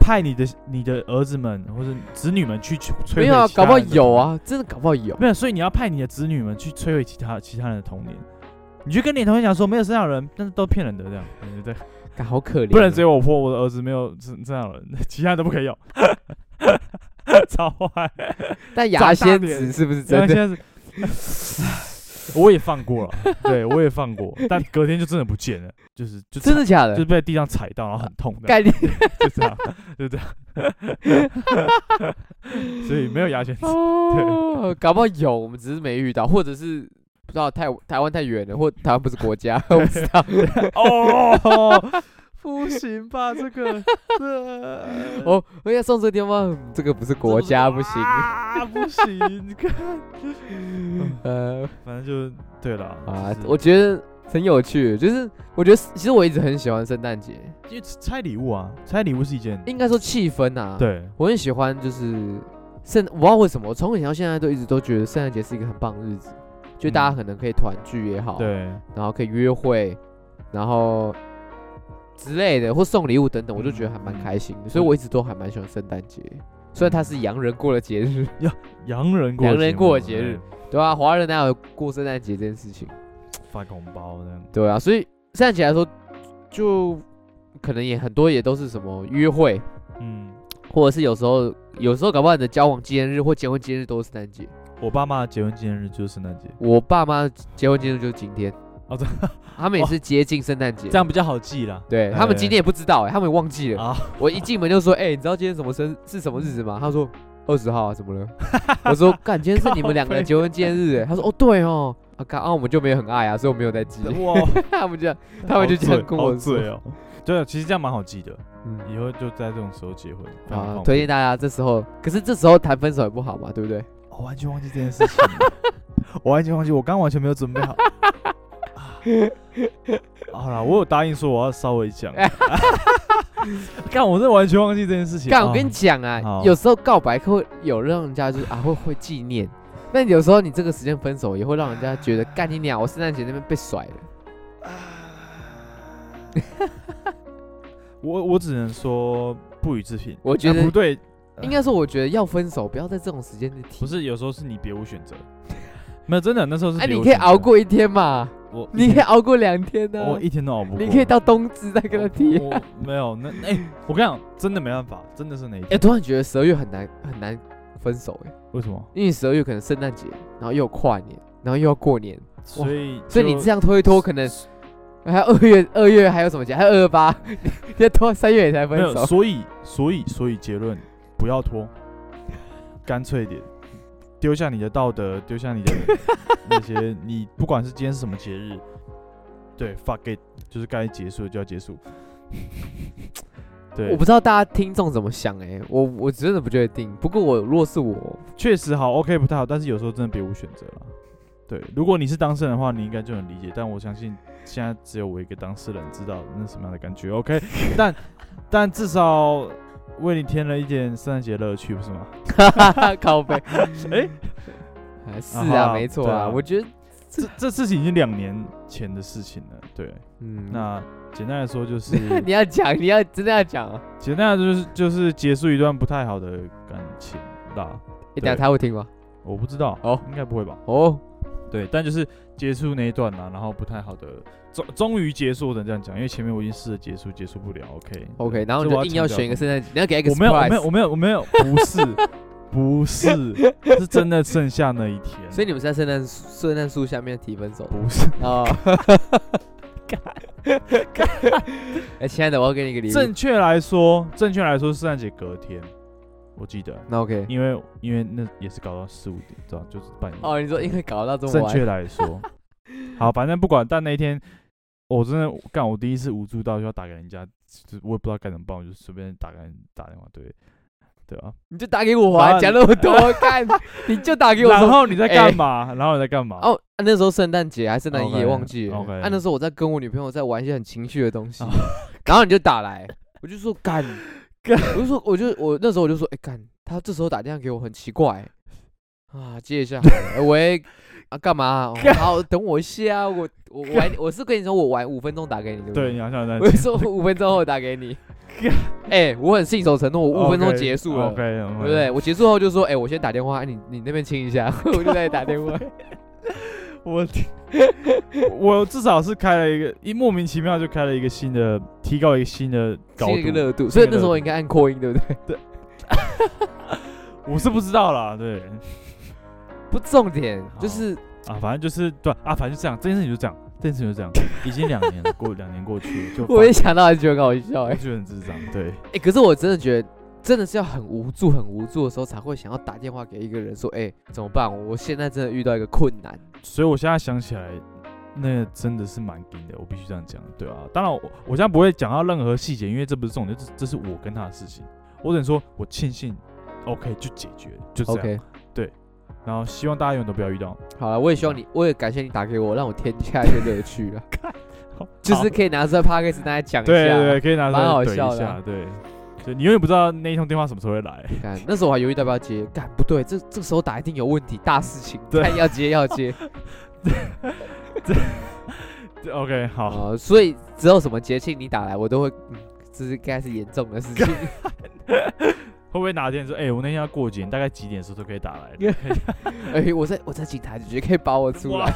[SPEAKER 2] 派你的你的儿子们或者子女们去摧摧毁
[SPEAKER 1] 没有啊，
[SPEAKER 2] 其他
[SPEAKER 1] 搞不好
[SPEAKER 2] 人的
[SPEAKER 1] 有
[SPEAKER 2] 童年。
[SPEAKER 1] 啊，真的搞不好有。
[SPEAKER 2] 没有，所以你要派你的子女们去摧毁其他其他人的童年。你就跟你的同学讲说没有圣诞老人，但是都骗人的这样，对对，
[SPEAKER 1] 干好可怜哦，
[SPEAKER 2] 不能只有我泼我的儿子没有圣圣诞老人， 其他人都不可以有，超坏。
[SPEAKER 1] 但
[SPEAKER 2] 长
[SPEAKER 1] 牙
[SPEAKER 2] 大
[SPEAKER 1] 仙
[SPEAKER 2] 点
[SPEAKER 1] 子是不是
[SPEAKER 2] 然
[SPEAKER 1] 真
[SPEAKER 2] 后
[SPEAKER 1] 的？
[SPEAKER 2] 现在是，我也放过了，对我也放过，但隔天就真的不见了，就是 就
[SPEAKER 1] 真
[SPEAKER 2] 踩
[SPEAKER 1] 的假
[SPEAKER 2] 就
[SPEAKER 1] 的？
[SPEAKER 2] 是被地上踩到，然后很痛这样，
[SPEAKER 1] 概念
[SPEAKER 2] 就这样， 就这样，所以没有牙 签子，
[SPEAKER 1] 哦，搞不好有，我们只是没遇到，或者是不知道太台湾太远了，或台湾不是国 家，我不知道。
[SPEAKER 2] 哦，不行吧，这个，这
[SPEAKER 1] 哦，我要送这个地方，嗯这个不是 国家，不行。
[SPEAKER 2] 啊，不行，你看，嗯
[SPEAKER 1] 呃，
[SPEAKER 2] 反正就对了
[SPEAKER 1] 啊
[SPEAKER 2] 就，是
[SPEAKER 1] 我觉得很有趣，就是我觉得其实我一直很喜欢圣诞节，
[SPEAKER 2] 因为拆礼物啊，拆礼物是一件，
[SPEAKER 1] 应该说气氛啊，，
[SPEAKER 2] 对，
[SPEAKER 1] 我很喜欢就是圣，我不知道为什么，我从以前到现在都一直都觉得圣诞节是一个很棒的日子，就大家
[SPEAKER 2] 嗯
[SPEAKER 1] 可能可以团聚也好，，
[SPEAKER 2] 对，
[SPEAKER 1] 然后可以约会，然后之类的，或送礼物等等，我就觉得还蛮开心的，所以我一直都还蛮喜欢圣诞节。虽然它是洋人过的节日，
[SPEAKER 2] 洋人过
[SPEAKER 1] 洋人过
[SPEAKER 2] 的
[SPEAKER 1] 的节日，对啊，华人哪有过圣诞节这件事情？
[SPEAKER 2] 发红包这样。
[SPEAKER 1] 对啊，所以圣诞节来说，就可能也很多也都是什么约会，
[SPEAKER 2] 嗯，
[SPEAKER 1] 或者是有时候有时候搞不好你的交往纪念日或结婚纪念日都是圣诞节。
[SPEAKER 2] 我爸妈的结婚纪念日就是圣诞节，
[SPEAKER 1] 我爸妈结婚纪念日就是今天，
[SPEAKER 2] 哦这
[SPEAKER 1] 他们也是接近圣诞节，
[SPEAKER 2] 这样比较好记啦。
[SPEAKER 1] 对他们今天也不知道、欸，他们也忘记了。
[SPEAKER 2] 啊，
[SPEAKER 1] 我一进门就说：“哎、你知道今天什么生是什么日子吗？”他说：“二十号啊，怎么了？” 我说：“干，今天是你们两个人结婚纪念日。”哎，他说：“哦，对哦。”啊，干啊，我们就没有很爱啊，所以我没有在记。
[SPEAKER 2] 哇，
[SPEAKER 1] 他们就他们就这样跟我
[SPEAKER 2] 好
[SPEAKER 1] 说
[SPEAKER 2] 醉好醉哦。对，其实这样蛮好记的，
[SPEAKER 1] 嗯
[SPEAKER 2] 以后就在这种时候结婚。非常
[SPEAKER 1] 啊
[SPEAKER 2] 方，
[SPEAKER 1] 推
[SPEAKER 2] 便
[SPEAKER 1] 荐大家这时候，可是这时候谈分手也不好嘛，对不对？
[SPEAKER 2] 我完全忘记这件事情了，我完全忘记，我刚完全没有 准备好。啊好啦，我有答应说我要稍微讲。
[SPEAKER 1] 哎
[SPEAKER 2] 干，我真的完全忘记这件事情。
[SPEAKER 1] 干，
[SPEAKER 2] 啊
[SPEAKER 1] 我跟你讲啊，
[SPEAKER 2] 好
[SPEAKER 1] 有时候告白会有让人家就是啊会会纪念，但有时候你这个时间分手也会让人家觉得干你娘，我圣诞节那边被甩了。
[SPEAKER 2] 啊我我只能说不予置评。
[SPEAKER 1] 我觉
[SPEAKER 2] 啊
[SPEAKER 1] 得
[SPEAKER 2] 不对，
[SPEAKER 1] 应该说，我觉得要分手不要在这种时间去提
[SPEAKER 2] 不。是，有时候是你别无选择。 没有，真的，那时候是
[SPEAKER 1] 哎，
[SPEAKER 2] 别
[SPEAKER 1] 你
[SPEAKER 2] 无
[SPEAKER 1] 可以
[SPEAKER 2] 选择
[SPEAKER 1] 熬，过一天嘛，
[SPEAKER 2] 我
[SPEAKER 1] 你
[SPEAKER 2] 一
[SPEAKER 1] 可以
[SPEAKER 2] 天
[SPEAKER 1] 熬过两天呢、
[SPEAKER 2] 我一天都熬不过。
[SPEAKER 1] 你可以到冬至再跟他提。
[SPEAKER 2] 我我没有那哎、我跟你讲，真的没办法，真的是那一
[SPEAKER 1] 哎，
[SPEAKER 2] 天。
[SPEAKER 1] 突然觉得十二月很难很难分手哎，
[SPEAKER 2] 为什么？
[SPEAKER 1] 因为十二月可能圣诞节，然后又有跨年，然后又要过年，
[SPEAKER 2] 所以
[SPEAKER 1] 所以你
[SPEAKER 2] 就
[SPEAKER 1] 这样拖一拖，可能还有二月，二月还有什么节？还有二八， 你要拖到三月你才分
[SPEAKER 2] 没有，
[SPEAKER 1] 手。
[SPEAKER 2] 所以所以所以结论不要拖，干脆一点，丢下你的道德，丢下你 的那些，你不管是今天是什么节日，对，fuck it，就是该结束的就要结束。对，
[SPEAKER 1] 我不知道大家听众怎么想哎、我我真的不确定。不过我若是我，
[SPEAKER 2] 确实好，OK 不太好，但是有时候真的别无选择了。对，如果你是当事人的话，你应该就很理解。但我相信现在只有我一个当事人知道那是什么样的感觉。OK，但 但至少为你添了一点圣诞节乐趣，不 是吗？
[SPEAKER 1] 靠 背，
[SPEAKER 2] 哎、
[SPEAKER 1] 哎是
[SPEAKER 2] 啊
[SPEAKER 1] 啊，
[SPEAKER 2] 哈
[SPEAKER 1] 没错
[SPEAKER 2] 对
[SPEAKER 1] 啊，
[SPEAKER 2] 啊
[SPEAKER 1] 我觉得，
[SPEAKER 2] 这这事情已经两年前的事情了。对，
[SPEAKER 1] 嗯，
[SPEAKER 2] 那简单来说就 是，
[SPEAKER 1] 你要讲，你要真的要讲啊？
[SPEAKER 2] 简单来说就是就是结束一段不太好的感情啦。
[SPEAKER 1] 你等下
[SPEAKER 2] 对
[SPEAKER 1] 他会听吗？
[SPEAKER 2] 我不知道，
[SPEAKER 1] 哦
[SPEAKER 2] 应该不会吧？
[SPEAKER 1] 哦，
[SPEAKER 2] 对，但就是结束那一段啦、然后不太好的，终终于结束，我只能这样讲，因为前面我已经试着结束，结束不了。OK
[SPEAKER 1] OK，然后你
[SPEAKER 2] 这我
[SPEAKER 1] 就硬要
[SPEAKER 2] 强调
[SPEAKER 1] 选一个
[SPEAKER 2] 的
[SPEAKER 1] 圣诞，你要给他一个
[SPEAKER 2] 我没有，我没有，
[SPEAKER 1] surprise，
[SPEAKER 2] 我没有，我没有，不是，不是，是真的剩下那一天。
[SPEAKER 1] 所以你们是在圣诞树圣诞树下面提分 手
[SPEAKER 2] 不是
[SPEAKER 1] 哦。 哎，亲爱的，我要给你一个礼
[SPEAKER 2] 正
[SPEAKER 1] 物。
[SPEAKER 2] 确来说，正确来说是圣诞节隔天，我记得，
[SPEAKER 1] 那 OK，
[SPEAKER 2] 因为因为那也是搞到四五点，知道就是半夜。
[SPEAKER 1] 哦，你说因为搞到这么
[SPEAKER 2] 正确
[SPEAKER 1] 晚，
[SPEAKER 2] 来说，好，反正不管，但那一天我真的干，我第一次无助到就要打给人家，就是我也不知道该怎么办，我就随便打给人打电话，对，对啊。
[SPEAKER 1] 你就打给我啊！
[SPEAKER 2] 然后
[SPEAKER 1] 讲那么 多，看你就打给我
[SPEAKER 2] 然
[SPEAKER 1] 说。
[SPEAKER 2] 后你在
[SPEAKER 1] 哎
[SPEAKER 2] 干嘛？然后你在干嘛？
[SPEAKER 1] 哦，啊那时候圣诞节还是圣诞夜
[SPEAKER 2] OK，
[SPEAKER 1] 忘记了。
[SPEAKER 2] OK 哦
[SPEAKER 1] 啊，那时候我在跟我女朋友在玩一些很情绪的东西， 然后你就打来，我就说干
[SPEAKER 2] 干
[SPEAKER 1] 我就说我就我那时候我就说哎干，他这时候打电话给我很奇怪啊，接一 下好了，哎喂啊干嘛啊？哦好，等我一下啊，我我我玩我是跟你说我玩五分钟打给你，对不
[SPEAKER 2] 对，你好像在
[SPEAKER 1] 我是说五分钟后打给 你。哎，我很信守承诺，我五分钟结束了。
[SPEAKER 2] ，OK，对嗯
[SPEAKER 1] 对不对？？我结束后就说，哎、我先打电话，哎你你那边亲一下， 我就在打电 话。
[SPEAKER 2] 我我至少是开了一个，一莫名其妙就开了一个新的，提高一个新的高
[SPEAKER 1] 新的一个
[SPEAKER 2] 度。
[SPEAKER 1] 热度，
[SPEAKER 2] 新
[SPEAKER 1] 所以
[SPEAKER 2] 的
[SPEAKER 1] 那时
[SPEAKER 2] 热
[SPEAKER 1] 候
[SPEAKER 2] 度
[SPEAKER 1] 应该按扩音，对不对？
[SPEAKER 2] 我是不知道啦，对
[SPEAKER 1] 不，重点就
[SPEAKER 2] 好
[SPEAKER 1] 是
[SPEAKER 2] 啊，反正就是对啊，反正就这样，这件事情就这样，这件事情就这样，已经两年了，过两年过去了，就
[SPEAKER 1] 我一想到还是觉得很好笑
[SPEAKER 2] 我
[SPEAKER 1] 哎、
[SPEAKER 2] 觉得很智障，对，
[SPEAKER 1] 哎、可是我真的觉得。真的是要很无助、很无助的时候，才会想要打电话给一个人说：“哎、怎么办？我现在真的遇到一个困难。
[SPEAKER 2] 所以我现在想起来，那真的是蛮硬的，我必须这样讲，对啊。当然我，我现在不会讲到任何细节，因为这不是重点，这这是我跟他的事情。我只能说，我庆幸，OK 就解决，就这样。
[SPEAKER 1] ”OK，
[SPEAKER 2] 然后希望大家永远都不要遇到，
[SPEAKER 1] 好了，我也希望你，我也感谢你打给我，让我添加一些乐趣了，就是
[SPEAKER 2] 好
[SPEAKER 1] 可以拿出来 p o d c a s 大家讲一下。啊
[SPEAKER 2] 对对对，可以拿出来
[SPEAKER 1] 蛮好
[SPEAKER 2] 怼
[SPEAKER 1] 笑
[SPEAKER 2] 一
[SPEAKER 1] 的
[SPEAKER 2] 下，
[SPEAKER 1] 啊
[SPEAKER 2] 对。就你永远不知道那一通电话什么时候会来，
[SPEAKER 1] 干那时候我还犹豫要不要接，干不对，这这时候打一定有问题，大事情，
[SPEAKER 2] 对
[SPEAKER 1] 看要接要接。
[SPEAKER 2] 对 OK 好，
[SPEAKER 1] 呃，所以只有什么节庆你打来，我都会，嗯，这是应该是严重的事 情。
[SPEAKER 2] 会不会哪天说，哎、我那天要过节，你大概几点的时候都可以打来？
[SPEAKER 1] 哎、我在我在警察局可以把我 出来，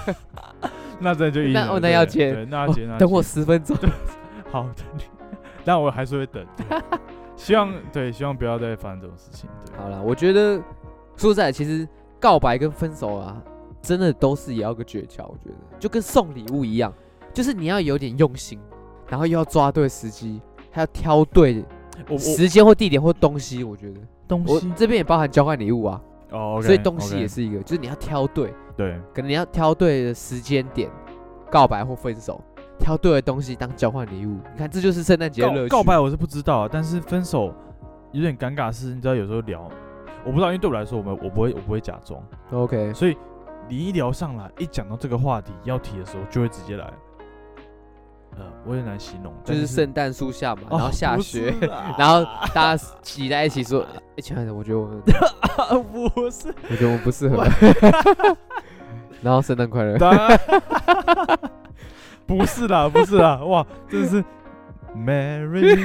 [SPEAKER 1] 哦
[SPEAKER 2] 那这就一
[SPEAKER 1] 那哦那要接
[SPEAKER 2] 对，那要接，那要
[SPEAKER 1] 等
[SPEAKER 2] 接
[SPEAKER 1] 我 十分 钟。
[SPEAKER 2] 好的，但我还是会等。对希望对，希望不要再发生这种事情。对，
[SPEAKER 1] 好了，我觉得说实在的，其实告白跟分手啊，真的都是也要个诀窍。我觉得就跟送礼物一样，就是你要有点用心，然后又要抓对时机，还要挑对
[SPEAKER 2] 我我
[SPEAKER 1] 时间或地点或东西。我觉得
[SPEAKER 2] 东
[SPEAKER 1] 我这边也包含交换礼物啊
[SPEAKER 2] 哦，OK，
[SPEAKER 1] 所以东西
[SPEAKER 2] OK，
[SPEAKER 1] 也是一个，就是你要挑对。
[SPEAKER 2] 对，
[SPEAKER 1] 可能你要挑对的时间点，告白或分手，挑对的东西当交换礼物。你看，这就是圣诞节的乐趣。
[SPEAKER 2] 告告白我是不知道啊，但是分手有点尴尬的是，你知道有时候聊，我不知道，因为对我来说，我们我不会我不会假装，
[SPEAKER 1] ，OK，
[SPEAKER 2] 所以你一聊上来，一讲到这个话题要提的时候，就会直接来。呃，我有点难形容，
[SPEAKER 1] 就
[SPEAKER 2] 但
[SPEAKER 1] 是
[SPEAKER 2] 是
[SPEAKER 1] 圣诞树下嘛，然后
[SPEAKER 2] 哦
[SPEAKER 1] 下
[SPEAKER 2] 不
[SPEAKER 1] 雪，
[SPEAKER 2] 是啦
[SPEAKER 1] 然后大家挤在一起说：“哎，亲爱的，我觉得我们，
[SPEAKER 2] 不是，
[SPEAKER 1] 我觉得我们不适合。” 然后圣诞 快乐。
[SPEAKER 2] 不是啦，不是啦，哇，真的是 Merry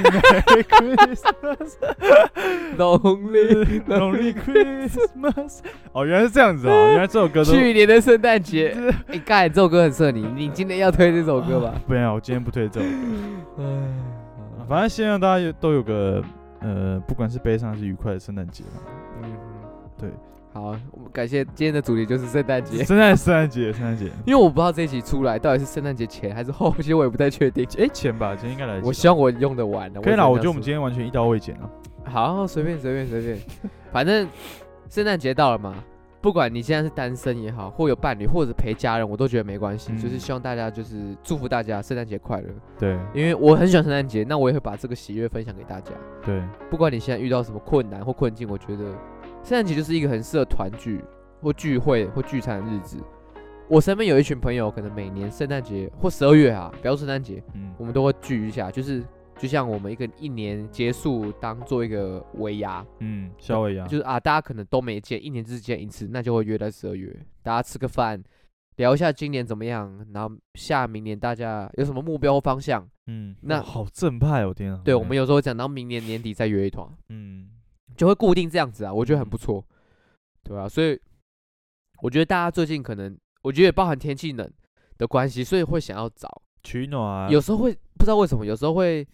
[SPEAKER 2] Merry Christmas。
[SPEAKER 1] Lonely。
[SPEAKER 2] Lonely Christmas。哦，原来是这样子哦，原来这首歌 都
[SPEAKER 1] 去年的圣诞节，哎，盖这首歌很适合你，你今天要推这首歌 吧？
[SPEAKER 2] 不要，我今天不推这首歌。
[SPEAKER 1] 嗯
[SPEAKER 2] 反正希望大家有都有个呃，不管是悲伤还是愉快的圣诞节嘛。嗯对，
[SPEAKER 1] 好，我们感谢今天的主题就是圣诞节。
[SPEAKER 2] 圣诞圣诞节，圣诞节。
[SPEAKER 1] 因为我不知道这一集出来到底是圣诞节前还是后，其实我也不太确 定。
[SPEAKER 2] 哎，钱吧，今天应该来得及吧。
[SPEAKER 1] 我希望我用得完的。
[SPEAKER 2] 可以啦，
[SPEAKER 1] 只能
[SPEAKER 2] 我觉
[SPEAKER 1] 这样
[SPEAKER 2] 得我们今天完全一刀未剪啊。
[SPEAKER 1] 说好随便随便随便，反正圣诞节到了嘛，不管你现在是单身也好，或有伴侣，或者陪家人，我都觉得没关系。
[SPEAKER 2] 嗯
[SPEAKER 1] 就是希望大家就是祝福大家圣诞节快乐，
[SPEAKER 2] 对
[SPEAKER 1] 因为我很喜欢圣诞节，那我也会把这个喜悦分享给大家。
[SPEAKER 2] 对，
[SPEAKER 1] 不管你现在遇到什么困难或困境，我觉得圣诞节就是一个很适合团聚或聚会或聚餐的日子。我身边有一群朋友，可能每年圣诞节或十二月啊，不要说圣诞节，
[SPEAKER 2] 嗯
[SPEAKER 1] 我们都会聚一下，就是就像我们一个一年结束当做一个尾牙，
[SPEAKER 2] 嗯，夏威夷啊，
[SPEAKER 1] 就是啊，大家可能都没见，一年只见一次，那就会约在十二月，大家吃个饭，聊一下今年怎么样，然后下明年大家有什么目标或方向。
[SPEAKER 2] 嗯，
[SPEAKER 1] 那
[SPEAKER 2] 哇好正派哦，天啊！
[SPEAKER 1] 对，我们有时候讲到明年年底再约一团，
[SPEAKER 2] 嗯
[SPEAKER 1] 就会固定这样子啊，我觉得很不错，对啊，所以我觉得大家最近可能，我觉得也包含天气冷的关系，所以会想要找，
[SPEAKER 2] 取暖，啊
[SPEAKER 1] 有时候会不知道为什么，有时候会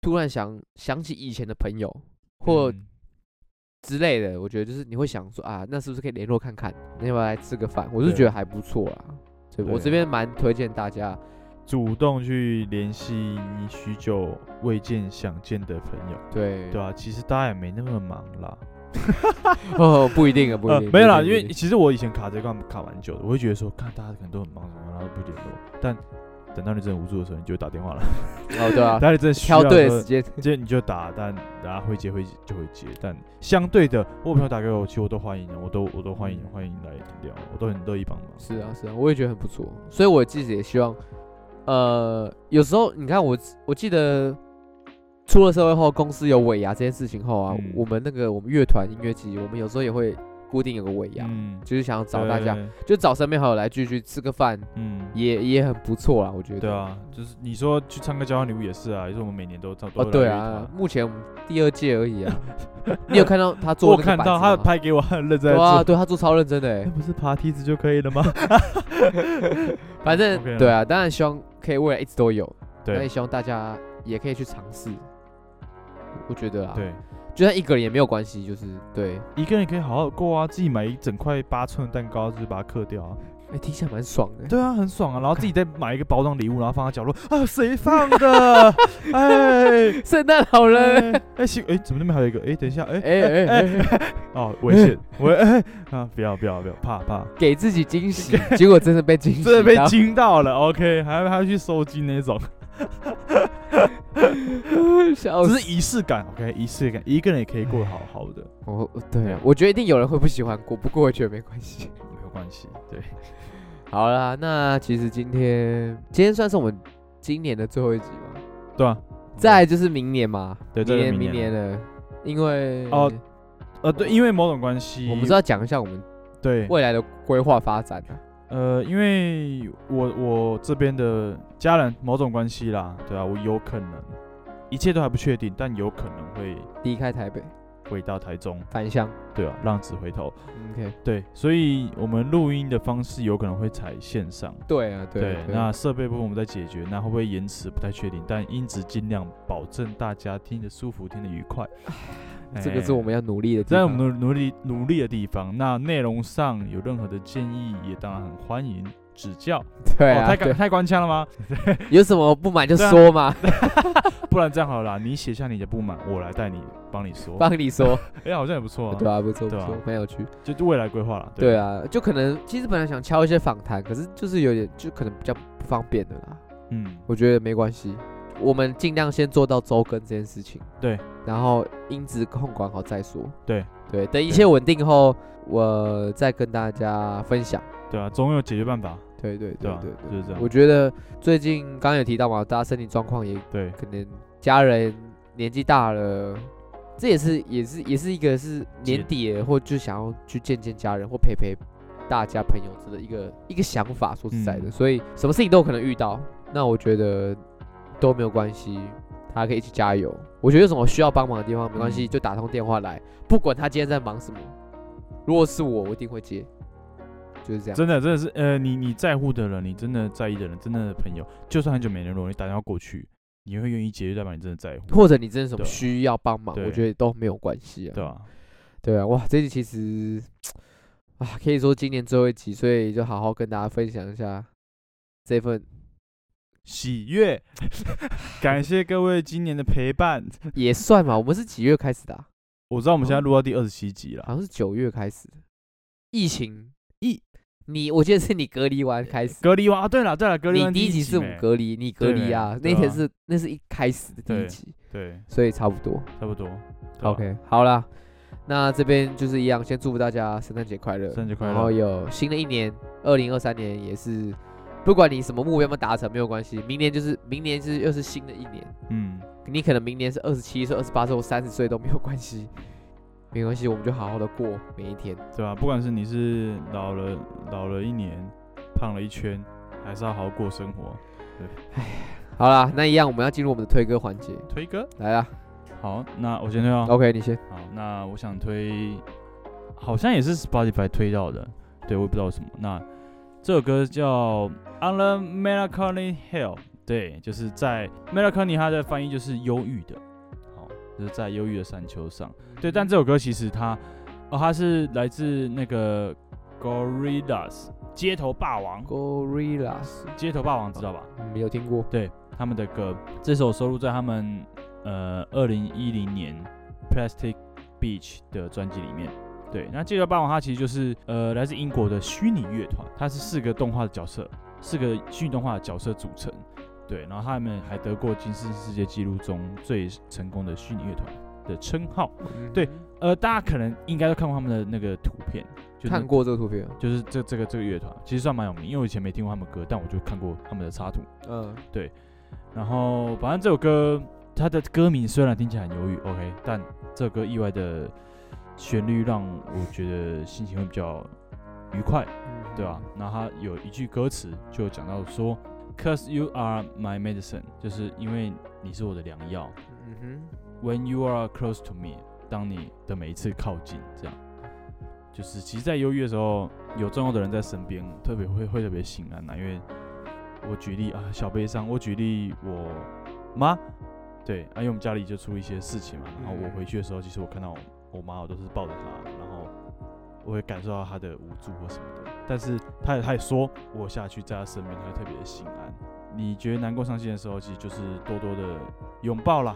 [SPEAKER 1] 突然想想起以前的朋友或
[SPEAKER 2] 嗯
[SPEAKER 1] 之类的，我觉得就是你会想说啊，那是不是可以联络看看，你要不要来吃个饭？我是
[SPEAKER 2] 对
[SPEAKER 1] 觉得还不错啦，所以我
[SPEAKER 2] 对
[SPEAKER 1] 这边蛮推荐大家，
[SPEAKER 2] 主动去联系你许久未见想见的朋友，
[SPEAKER 1] 对
[SPEAKER 2] 对啊，其实大家也没那么忙啦，
[SPEAKER 1] 哦， 不一定啊，不一
[SPEAKER 2] 呃，
[SPEAKER 1] 定，
[SPEAKER 2] 没有啦，
[SPEAKER 1] 不一
[SPEAKER 2] 因
[SPEAKER 1] 定
[SPEAKER 2] 为其实我以前卡这段卡蛮久的，我会觉得说，看大家可能都很忙什么，然后不联络，但等到你真的无助的时候，你就会打电话了，
[SPEAKER 1] 不一定哦，对啊
[SPEAKER 2] 等，到你真的 需要
[SPEAKER 1] 挑
[SPEAKER 2] 的
[SPEAKER 1] 对
[SPEAKER 2] 时
[SPEAKER 1] 的
[SPEAKER 2] 候
[SPEAKER 1] 时，间，
[SPEAKER 2] 接你就打，但大家会接会接就会接，但相对的，我有朋友打给我，其实我都欢迎的，我都我都欢迎欢迎来聊，我都很乐意帮忙。
[SPEAKER 1] 嗯是啊，是啊，我也觉得很不错，所以我自己也希望，呃，有时候你看我，我记得出了社会后，公司有尾牙这件事情后啊，
[SPEAKER 2] 嗯
[SPEAKER 1] 我们那个我们乐团音乐季，我们有时候也会固定有个尾牙，
[SPEAKER 2] 嗯，
[SPEAKER 1] 就是想要找大家，
[SPEAKER 2] 对，
[SPEAKER 1] 就找身边好友来聚聚，吃个饭
[SPEAKER 2] 嗯，
[SPEAKER 1] 也也很不错啦，我觉得。
[SPEAKER 2] 对，啊，就是你说去唱歌交换礼物也是啊，也是我们每年都差不多
[SPEAKER 1] 哦
[SPEAKER 2] 都
[SPEAKER 1] 对
[SPEAKER 2] 来一
[SPEAKER 1] 啊
[SPEAKER 2] 趟，
[SPEAKER 1] 目前我们第二届而已 啊，你有看到他
[SPEAKER 2] 我
[SPEAKER 1] 做那个
[SPEAKER 2] 看
[SPEAKER 1] 板
[SPEAKER 2] 到
[SPEAKER 1] 子吗
[SPEAKER 2] 他拍给我，他很认真在
[SPEAKER 1] 对啊，
[SPEAKER 2] 做，
[SPEAKER 1] 对他做超认真的欸
[SPEAKER 2] 那，不是爬梯子就可以 了吗？
[SPEAKER 1] 反正
[SPEAKER 2] OK 啦
[SPEAKER 1] 对啊，当然希望可以未来一直都有。那也
[SPEAKER 2] 对
[SPEAKER 1] 希望大家也可以去尝试。我觉得啊，，
[SPEAKER 2] 对，
[SPEAKER 1] 就算一个人也没有关系，就是对，
[SPEAKER 2] 一个人可以好好过啊，自己买一整块八寸的蛋糕，就是把它刻 掉啊。
[SPEAKER 1] 哎、听起来蛮爽的。
[SPEAKER 2] 对啊，很爽啊，然后自己再买一个包装礼物，然后放在角落啊，谁 放的？哎，
[SPEAKER 1] 圣诞老人，
[SPEAKER 2] 哎哎，行，哎，怎么那边还有一个？哎，等一下，哎，
[SPEAKER 1] 哎哎哎，
[SPEAKER 2] 哦，危险， 我哎啊，不要不要不要，怕怕，
[SPEAKER 1] 给自己惊 喜，结果真的被惊喜到，
[SPEAKER 2] 真的被惊到了。OK，还还要去收金那种，
[SPEAKER 1] 笑
[SPEAKER 2] 只
[SPEAKER 1] 死。
[SPEAKER 2] 是仪式感。OK，仪式感，一个人也可以过得好好的，
[SPEAKER 1] 我对啊，我觉得一定有人会不喜欢过，不过我觉得没关系。
[SPEAKER 2] 没有关系。对，
[SPEAKER 1] 好啦，那其实今天今天算是我们今年的最后一集嘛，
[SPEAKER 2] 对啊，
[SPEAKER 1] 再来就是明年嘛，
[SPEAKER 2] 对
[SPEAKER 1] 明
[SPEAKER 2] 再来
[SPEAKER 1] 年
[SPEAKER 2] 明
[SPEAKER 1] 明年
[SPEAKER 2] 年
[SPEAKER 1] 了，因为
[SPEAKER 2] 哦呃，对，因为某种关系，
[SPEAKER 1] 我们是要讲一下我们
[SPEAKER 2] 对，
[SPEAKER 1] 未来的规划发展啊。
[SPEAKER 2] 呃，因为我我这边的家人某种关系啦，对啊，我有可能，一切都还不确定，但有可能会
[SPEAKER 1] 离开台北
[SPEAKER 2] 回到台中，
[SPEAKER 1] 返乡。
[SPEAKER 2] 对啊，浪子回头，
[SPEAKER 1] OK，
[SPEAKER 2] 对，所以我们录音的方式有可能会采线上，
[SPEAKER 1] 对啊，对啊对
[SPEAKER 2] 那
[SPEAKER 1] 啊
[SPEAKER 2] 设备部分我们在解决，那会不会延迟不太确定，但音质尽量保证大家听得舒服，听得愉快，
[SPEAKER 1] 这个是我们要
[SPEAKER 2] 要。
[SPEAKER 1] 努力的地
[SPEAKER 2] 这哎是我
[SPEAKER 1] 方。
[SPEAKER 2] 们的努力努力的地方，那内容上有任何的建议，也当然很欢迎指教。
[SPEAKER 1] 对
[SPEAKER 2] 哦、
[SPEAKER 1] 啊，
[SPEAKER 2] 太官
[SPEAKER 1] 对，啊
[SPEAKER 2] 太官腔了吗？
[SPEAKER 1] 有什么不满就
[SPEAKER 2] 对啊
[SPEAKER 1] 说嘛，
[SPEAKER 2] 不然这样好了啦，你写下你的不满，我来带你帮你说。
[SPEAKER 1] 帮你说，
[SPEAKER 2] 哎、好像也不错啊，
[SPEAKER 1] 对啊，不错不
[SPEAKER 2] 对啊
[SPEAKER 1] 错，蛮有趣。
[SPEAKER 2] 就未来规划了。
[SPEAKER 1] 对，啊，就可能其实本来想敲一些访谈，可是就是有点就可能比较不方便的啦。
[SPEAKER 2] 嗯，
[SPEAKER 1] 我觉得没关系，我们尽量先做到周更这件事情。
[SPEAKER 2] 对，
[SPEAKER 1] 然后音质控管好再说。
[SPEAKER 2] 对
[SPEAKER 1] 对，等一切稳定后，我再跟大家分享。
[SPEAKER 2] 对啊，总有解决办法，
[SPEAKER 1] 对对
[SPEAKER 2] 对
[SPEAKER 1] 对
[SPEAKER 2] 吧、
[SPEAKER 1] 对
[SPEAKER 2] 就
[SPEAKER 1] 对，
[SPEAKER 2] 是这样
[SPEAKER 1] 我。觉得最近刚刚有提到嘛，大家身体状况也
[SPEAKER 2] 对，
[SPEAKER 1] 可能家人年纪大了，这也是也是也是一个是年
[SPEAKER 2] 见
[SPEAKER 1] 底了，或就想要去见见家人或陪陪大家朋友之类的一个一个想法。说实在的，
[SPEAKER 2] 嗯
[SPEAKER 1] 所以什么事情都有可能遇到，那我觉得都没有关系，大家可以一起加油。我觉得有什么需要帮忙的地方，没关系，
[SPEAKER 2] 嗯
[SPEAKER 1] 就打通电话来，不管他今天在忙什么，如果是我，我一定会接，就是这样。
[SPEAKER 2] 真的真的是，呃，你你在乎的人，你真的在意的人，真正的朋友，就算很久没联络，你打电话过去，你会愿意接，就代表你真的在乎，
[SPEAKER 1] 或者你真的什么
[SPEAKER 2] 对啊
[SPEAKER 1] 需要帮忙，我
[SPEAKER 2] 对
[SPEAKER 1] 觉得都没有关系啊。
[SPEAKER 2] 对吧、
[SPEAKER 1] 对啊，哇，这一集其实啊，可以说今年最后一集，所以就好好跟大家分享一下这份
[SPEAKER 2] 喜悦， 感谢各位今年的陪伴。
[SPEAKER 1] 也算嘛。我们是几月开始的啊、
[SPEAKER 2] 我知道我们现在录到第二十七集了
[SPEAKER 1] 好，像是九月开始的，疫情
[SPEAKER 2] 疫，
[SPEAKER 1] 你我记得是你隔离完开始，
[SPEAKER 2] 隔离完啊，对了对了，隔离
[SPEAKER 1] 你
[SPEAKER 2] 完
[SPEAKER 1] 第一集
[SPEAKER 2] 集
[SPEAKER 1] 是我们
[SPEAKER 2] 没
[SPEAKER 1] 隔离，你隔
[SPEAKER 2] 对
[SPEAKER 1] 离
[SPEAKER 2] 没
[SPEAKER 1] 啊，那
[SPEAKER 2] 对
[SPEAKER 1] 天
[SPEAKER 2] 啊
[SPEAKER 1] 是那是一开始的第一
[SPEAKER 2] 对
[SPEAKER 1] 集，
[SPEAKER 2] 对，
[SPEAKER 1] 所以差不多。
[SPEAKER 2] 差不多。对吧
[SPEAKER 1] OK，好啦，那这边就是一样，先祝福大家圣诞节快乐，
[SPEAKER 2] 圣诞节快
[SPEAKER 1] 然后
[SPEAKER 2] 乐
[SPEAKER 1] 有新的一年，二零二三年也是，不管你什么目标有没有达成没有关系，明年就是明年是又是新的一年，
[SPEAKER 2] 嗯，
[SPEAKER 1] 你可能明年是二十七岁、二十八岁或三十岁都没有关系，没关系，我们就好好的过每一天。
[SPEAKER 2] 对吧？不管是你是老了老了一年，胖了一圈，还是要好好过生活。
[SPEAKER 1] 好啦，那一样我们要进入我们的推歌环节，
[SPEAKER 2] 推歌，
[SPEAKER 1] 来啦、
[SPEAKER 2] 好，那我先推哦。
[SPEAKER 1] o k 你先。
[SPEAKER 2] 好，那我想推，好像也是 Spotify 推到的，对，我也不知道为什么。那这首歌叫《On the Melancholy Hill》，对，就是在 Melancholy 它的翻译就是忧郁的，好，就是在忧郁的山丘上。对，但这首歌其实它，哦，它是来自那个 Gorillaz 街头霸王，
[SPEAKER 1] Gorillas
[SPEAKER 2] 街头霸王知道吧？
[SPEAKER 1] 没有听过，
[SPEAKER 2] 对他们的歌，这首收录在他们呃二零一零年 Plastic Beach 的专辑里面。对，那《街头霸王》它其实就是呃来自英国的虚拟乐团，它是四个动画的角色，四个虚拟动画的角色组成。对，然后他们还得过吉尼斯世界纪录中最成功的虚拟乐团的称号。对
[SPEAKER 1] 嗯
[SPEAKER 2] 呃，大家可能应该都看过他们的那个图片，就是
[SPEAKER 1] 看过这个图片，
[SPEAKER 2] 就是这这个这个乐团其实算蛮有名，因为我以前没听过他们歌，但我就看过他们的插图。
[SPEAKER 1] 嗯，
[SPEAKER 2] 然后反正这首歌它的歌名虽然听起来很忧郁，OK，但这首歌意外的旋律让我觉得心情会比较愉快，对啊吧、然后它有一句歌词就讲到说，Cause you are my medicine，就是因为你是我的良药
[SPEAKER 1] 嗯
[SPEAKER 2] ，When you are close to me，当你的每一次靠近，这样。就是其实，在忧郁的时候，有重要的人在身边，特别会会特别心安呐、因为我举例啊，小悲伤。我举例我妈，对，啊，因为我们家里就出一些事情嘛，然后我
[SPEAKER 1] 嗯
[SPEAKER 2] 回去的时候，其实我看到我我妈，我都是抱着她，然后我会感受到她的无助或什么的。但是她也她也说，我下去在她身边，她会特别的心安。你觉得难过、伤心的时候，其实就是多多的拥抱啦，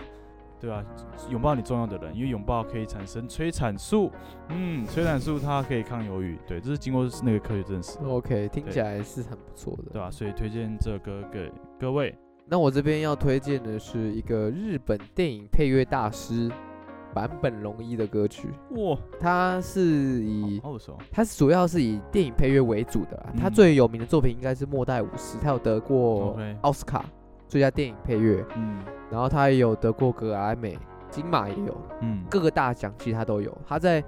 [SPEAKER 2] 对吧、拥抱你重要的人，因为拥抱可以产生催产素，嗯，催产素它可以抗忧郁，对，这是经过那个科学证实的
[SPEAKER 1] 哼，，OK，听
[SPEAKER 2] 对
[SPEAKER 1] 起来是很不错的
[SPEAKER 2] 对。吧、所以推荐这歌给各位。
[SPEAKER 1] 那我这边要推荐的是一个日本电影配乐大师坂本龙一的歌曲，
[SPEAKER 2] 哇，
[SPEAKER 1] 他是以
[SPEAKER 2] 好耳熟，
[SPEAKER 1] 他是主要是以电影配乐为主的啦，他
[SPEAKER 2] 嗯
[SPEAKER 1] 最有名的作品应该是《末代武士》，他有得过
[SPEAKER 2] OK
[SPEAKER 1] 奥斯卡最佳电影配乐，
[SPEAKER 2] 嗯
[SPEAKER 1] 然后他也有得过格莱美、金马也有，
[SPEAKER 2] 嗯，
[SPEAKER 1] 各个大奖其实他都有，他在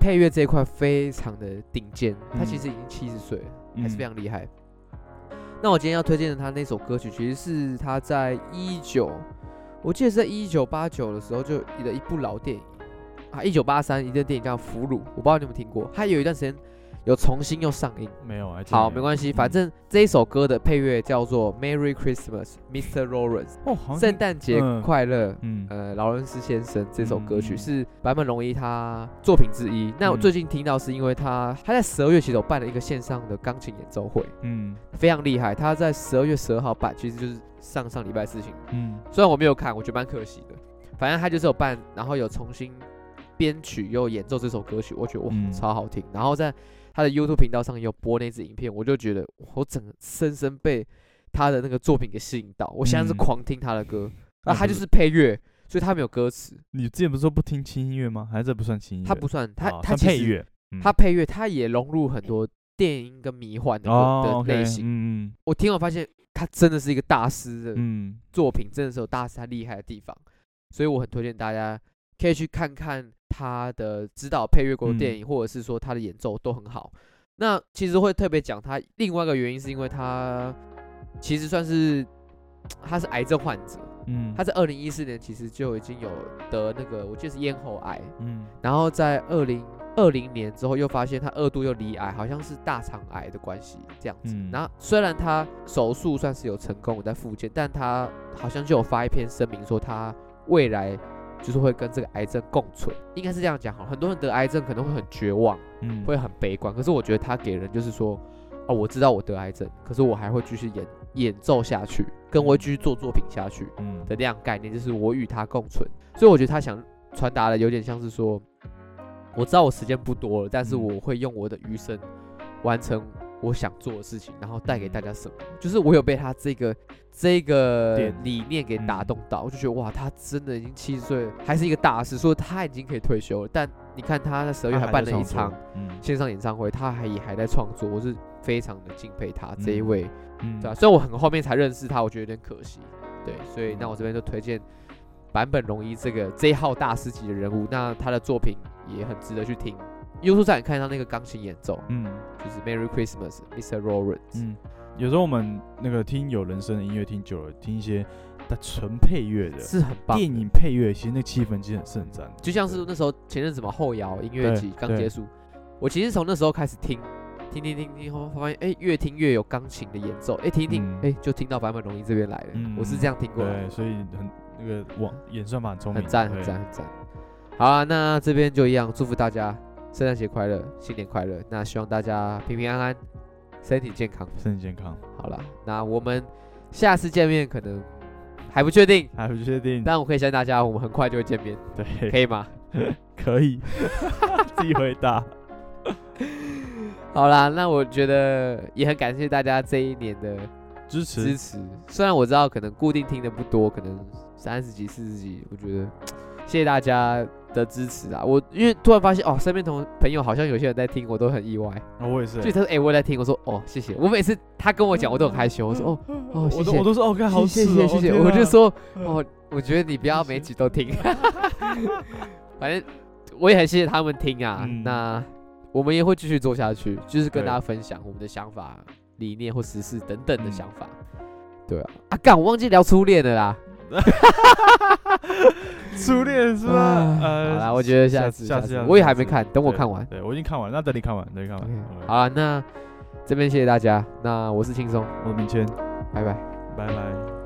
[SPEAKER 1] 配乐这一块非常的顶尖，他其
[SPEAKER 2] 嗯
[SPEAKER 1] 实已经七十岁了。
[SPEAKER 2] 嗯
[SPEAKER 1] 还是非常厉害。那我今天要推荐的他那首歌曲，其实是他在一九，我记得是在一九八九的时候就的一部老电影啊，一九八三一个电影叫《俘虏》，我不知道你有没有听过，它有一段时间有重新又上映。
[SPEAKER 2] 没有，还真
[SPEAKER 1] 好，没关系，
[SPEAKER 2] 嗯
[SPEAKER 1] 反正这一首歌的配乐叫做《Merry Christmas, Mr. Lawrence
[SPEAKER 2] 哦，好》，像
[SPEAKER 1] 圣诞节
[SPEAKER 2] 嗯
[SPEAKER 1] 快乐。
[SPEAKER 2] 嗯
[SPEAKER 1] 呃，劳伦斯先生这首歌曲
[SPEAKER 2] 嗯
[SPEAKER 1] 是坂本龙一他作品之一。那我
[SPEAKER 2] 嗯
[SPEAKER 1] 最近听到是因为他他在十二月其实有办了一个线上的钢琴演奏会，
[SPEAKER 2] 嗯
[SPEAKER 1] 非常厉害。他在十二月十二号办，其实就是上上礼拜的事情。
[SPEAKER 2] 嗯
[SPEAKER 1] 虽然我没有看，我觉得蛮可惜的。反正他就是有办，然后有重新编曲又演奏这首歌曲，我觉得哇、
[SPEAKER 2] 嗯
[SPEAKER 1] 超好听。然后在他的 YouTube 频道上有播那支影片，我就觉得哇我整个深深被他的那个作品给吸引到。我现在是
[SPEAKER 2] 嗯
[SPEAKER 1] 狂听他的歌，那、
[SPEAKER 2] 那
[SPEAKER 1] 啊他
[SPEAKER 2] 不
[SPEAKER 1] 就是是配乐，所以他没有歌词，
[SPEAKER 2] 你之前不是说不听轻音乐吗？还是这不算轻音乐？
[SPEAKER 1] 他不算他、
[SPEAKER 2] 哦
[SPEAKER 1] 他
[SPEAKER 2] 算
[SPEAKER 1] 其
[SPEAKER 2] 配
[SPEAKER 1] 实
[SPEAKER 2] 乐，嗯
[SPEAKER 1] 他配乐他也融入很多电音跟迷幻的歌、
[SPEAKER 2] 哦
[SPEAKER 1] 的
[SPEAKER 2] OK，
[SPEAKER 1] 类型。
[SPEAKER 2] 嗯
[SPEAKER 1] 我听完发现他真的是一个大师的
[SPEAKER 2] 嗯
[SPEAKER 1] 作品真的是有大师他厉害的地方，所以我很推荐大家可以去看看他的指导配乐
[SPEAKER 2] 嗯
[SPEAKER 1] 国的电影，或者是说他的演奏都很好。那其实会特别讲他另外一个原因，是因为他其实算是他是癌症患者，
[SPEAKER 2] 嗯，
[SPEAKER 1] 他在二零一四年其实就已经有得那个我记得是咽喉癌，
[SPEAKER 2] 嗯
[SPEAKER 1] 然后在二零二零年之后又发现他二度又罹癌，好像是大肠癌的关系这样子。
[SPEAKER 2] 嗯
[SPEAKER 1] 然后虽然他手术算是有成功在复健，但他好像就有发一篇声明说他未来就是会跟这个癌症共存，应该是这样讲好了。很多人得癌症可能会很绝望，
[SPEAKER 2] 嗯
[SPEAKER 1] 会很悲观，可是我觉得他给人就是说，哦，我知道我得癌症，可是我还会继续演演奏下去，跟我会继续做作品下去。
[SPEAKER 2] 嗯
[SPEAKER 1] 的那样概念，就是我与他共存。所以我觉得他想传达的有点像是说，我知道我时间不多了，但是
[SPEAKER 2] 嗯
[SPEAKER 1] 我会用我的余生完成我想做的事情，然后带给大家什么？就是我有被他这个这个
[SPEAKER 2] 点
[SPEAKER 1] 理念给打
[SPEAKER 2] 嗯
[SPEAKER 1] 动到，我就觉得哇，他真的已经七十岁了，还是一个大师，说他已经可以退休了，但你看他在十二月
[SPEAKER 2] 他
[SPEAKER 1] 还
[SPEAKER 2] 还
[SPEAKER 1] 办
[SPEAKER 2] 在
[SPEAKER 1] 了一
[SPEAKER 2] 创作
[SPEAKER 1] 场，
[SPEAKER 2] 嗯
[SPEAKER 1] 线上演唱会，他还也还在创作，我是非常的敬佩他这一
[SPEAKER 2] 嗯
[SPEAKER 1] 位
[SPEAKER 2] 嗯，
[SPEAKER 1] 对啊，虽然我很后面才认识他，我觉得有点可惜。对，所以那
[SPEAKER 2] 嗯
[SPEAKER 1] 我这边就推荐坂本龙一这个这一号大师级的人物，那他的作品也很值得去听。优秀上也看到那个钢琴演奏，
[SPEAKER 2] 嗯
[SPEAKER 1] 就是 Merry Christmas, Mr. Lawrence。
[SPEAKER 2] 嗯，有时候我们那个听有人声的音乐听久了，听一些它纯配乐的
[SPEAKER 1] 是很棒的。
[SPEAKER 2] 嗯电影配乐，其实那个气氛其实很盛赞的，
[SPEAKER 1] 就像是那时候前阵子嘛，后摇音乐
[SPEAKER 2] 对
[SPEAKER 1] 季刚
[SPEAKER 2] 对
[SPEAKER 1] 结束，我其实从那时候开始听，听听听听，后发现哎、越听越有钢琴的演奏，哎、听一听，哎、
[SPEAKER 2] 嗯
[SPEAKER 1] 就听到坂本龙一这边来了。我是这样听过来的
[SPEAKER 2] 对，。所以很那个网演算法很聪明，
[SPEAKER 1] 很赞，很
[SPEAKER 2] 对
[SPEAKER 1] 赞，，很赞。好啊，那这边就一样，祝福大家圣诞节快乐，新年快乐。那希望大家平平安安，身体健康。
[SPEAKER 2] 身体健康，
[SPEAKER 1] 好了，那我们下次见面可能还不确定，
[SPEAKER 2] 还不确定，
[SPEAKER 1] 但我可以相信大家，我们很快就会见面，可
[SPEAKER 2] 嗯对，
[SPEAKER 1] 以吗？
[SPEAKER 2] 可以， 自己回答，
[SPEAKER 1] 好啦，那我觉得也很感谢大家这一年的
[SPEAKER 2] 支
[SPEAKER 1] 支
[SPEAKER 2] 持，
[SPEAKER 1] 持。虽然我知道可能固定听的不多，可能三十集、四十集，我觉得谢谢大家的支持啊！我因为突然发现哦，身边同朋友好像有些人在听，我都很意外。
[SPEAKER 2] 啊我也是
[SPEAKER 1] 所以，他说：“哎、我有在听。”我说：“哦，谢谢。”我每次他跟我讲，我都很害羞。我说：“哦，哦，谢
[SPEAKER 2] 我都
[SPEAKER 1] 谢
[SPEAKER 2] 我都说哦，看好
[SPEAKER 1] 谢
[SPEAKER 2] 耻
[SPEAKER 1] 谢
[SPEAKER 2] 哦
[SPEAKER 1] 谢谢。”
[SPEAKER 2] 天
[SPEAKER 1] 我就
[SPEAKER 2] 啊
[SPEAKER 1] 说：“哦，我觉得你不要
[SPEAKER 2] 谢谢
[SPEAKER 1] 每集都 听，反正我也很谢谢他们听啊。
[SPEAKER 2] 嗯
[SPEAKER 1] 那我们也会继续做下去，就是跟
[SPEAKER 2] 对
[SPEAKER 1] 大家分享我们的想法、理念或实事等等的
[SPEAKER 2] 嗯
[SPEAKER 1] 想法。对啊，啊，干，我忘记聊初恋了啦。
[SPEAKER 2] 初恋是吧
[SPEAKER 1] 啊？
[SPEAKER 2] 呃，
[SPEAKER 1] 好啦，我觉得下次
[SPEAKER 2] 下次，
[SPEAKER 1] 我也还没看，等我看完。
[SPEAKER 2] 对，我已经看完，那等你看完，等你看
[SPEAKER 1] OK，
[SPEAKER 2] 完。
[SPEAKER 1] 好，啊，那这边谢谢大家。那我是轻松，
[SPEAKER 2] 我是明谦，
[SPEAKER 1] 拜拜。
[SPEAKER 2] 拜拜。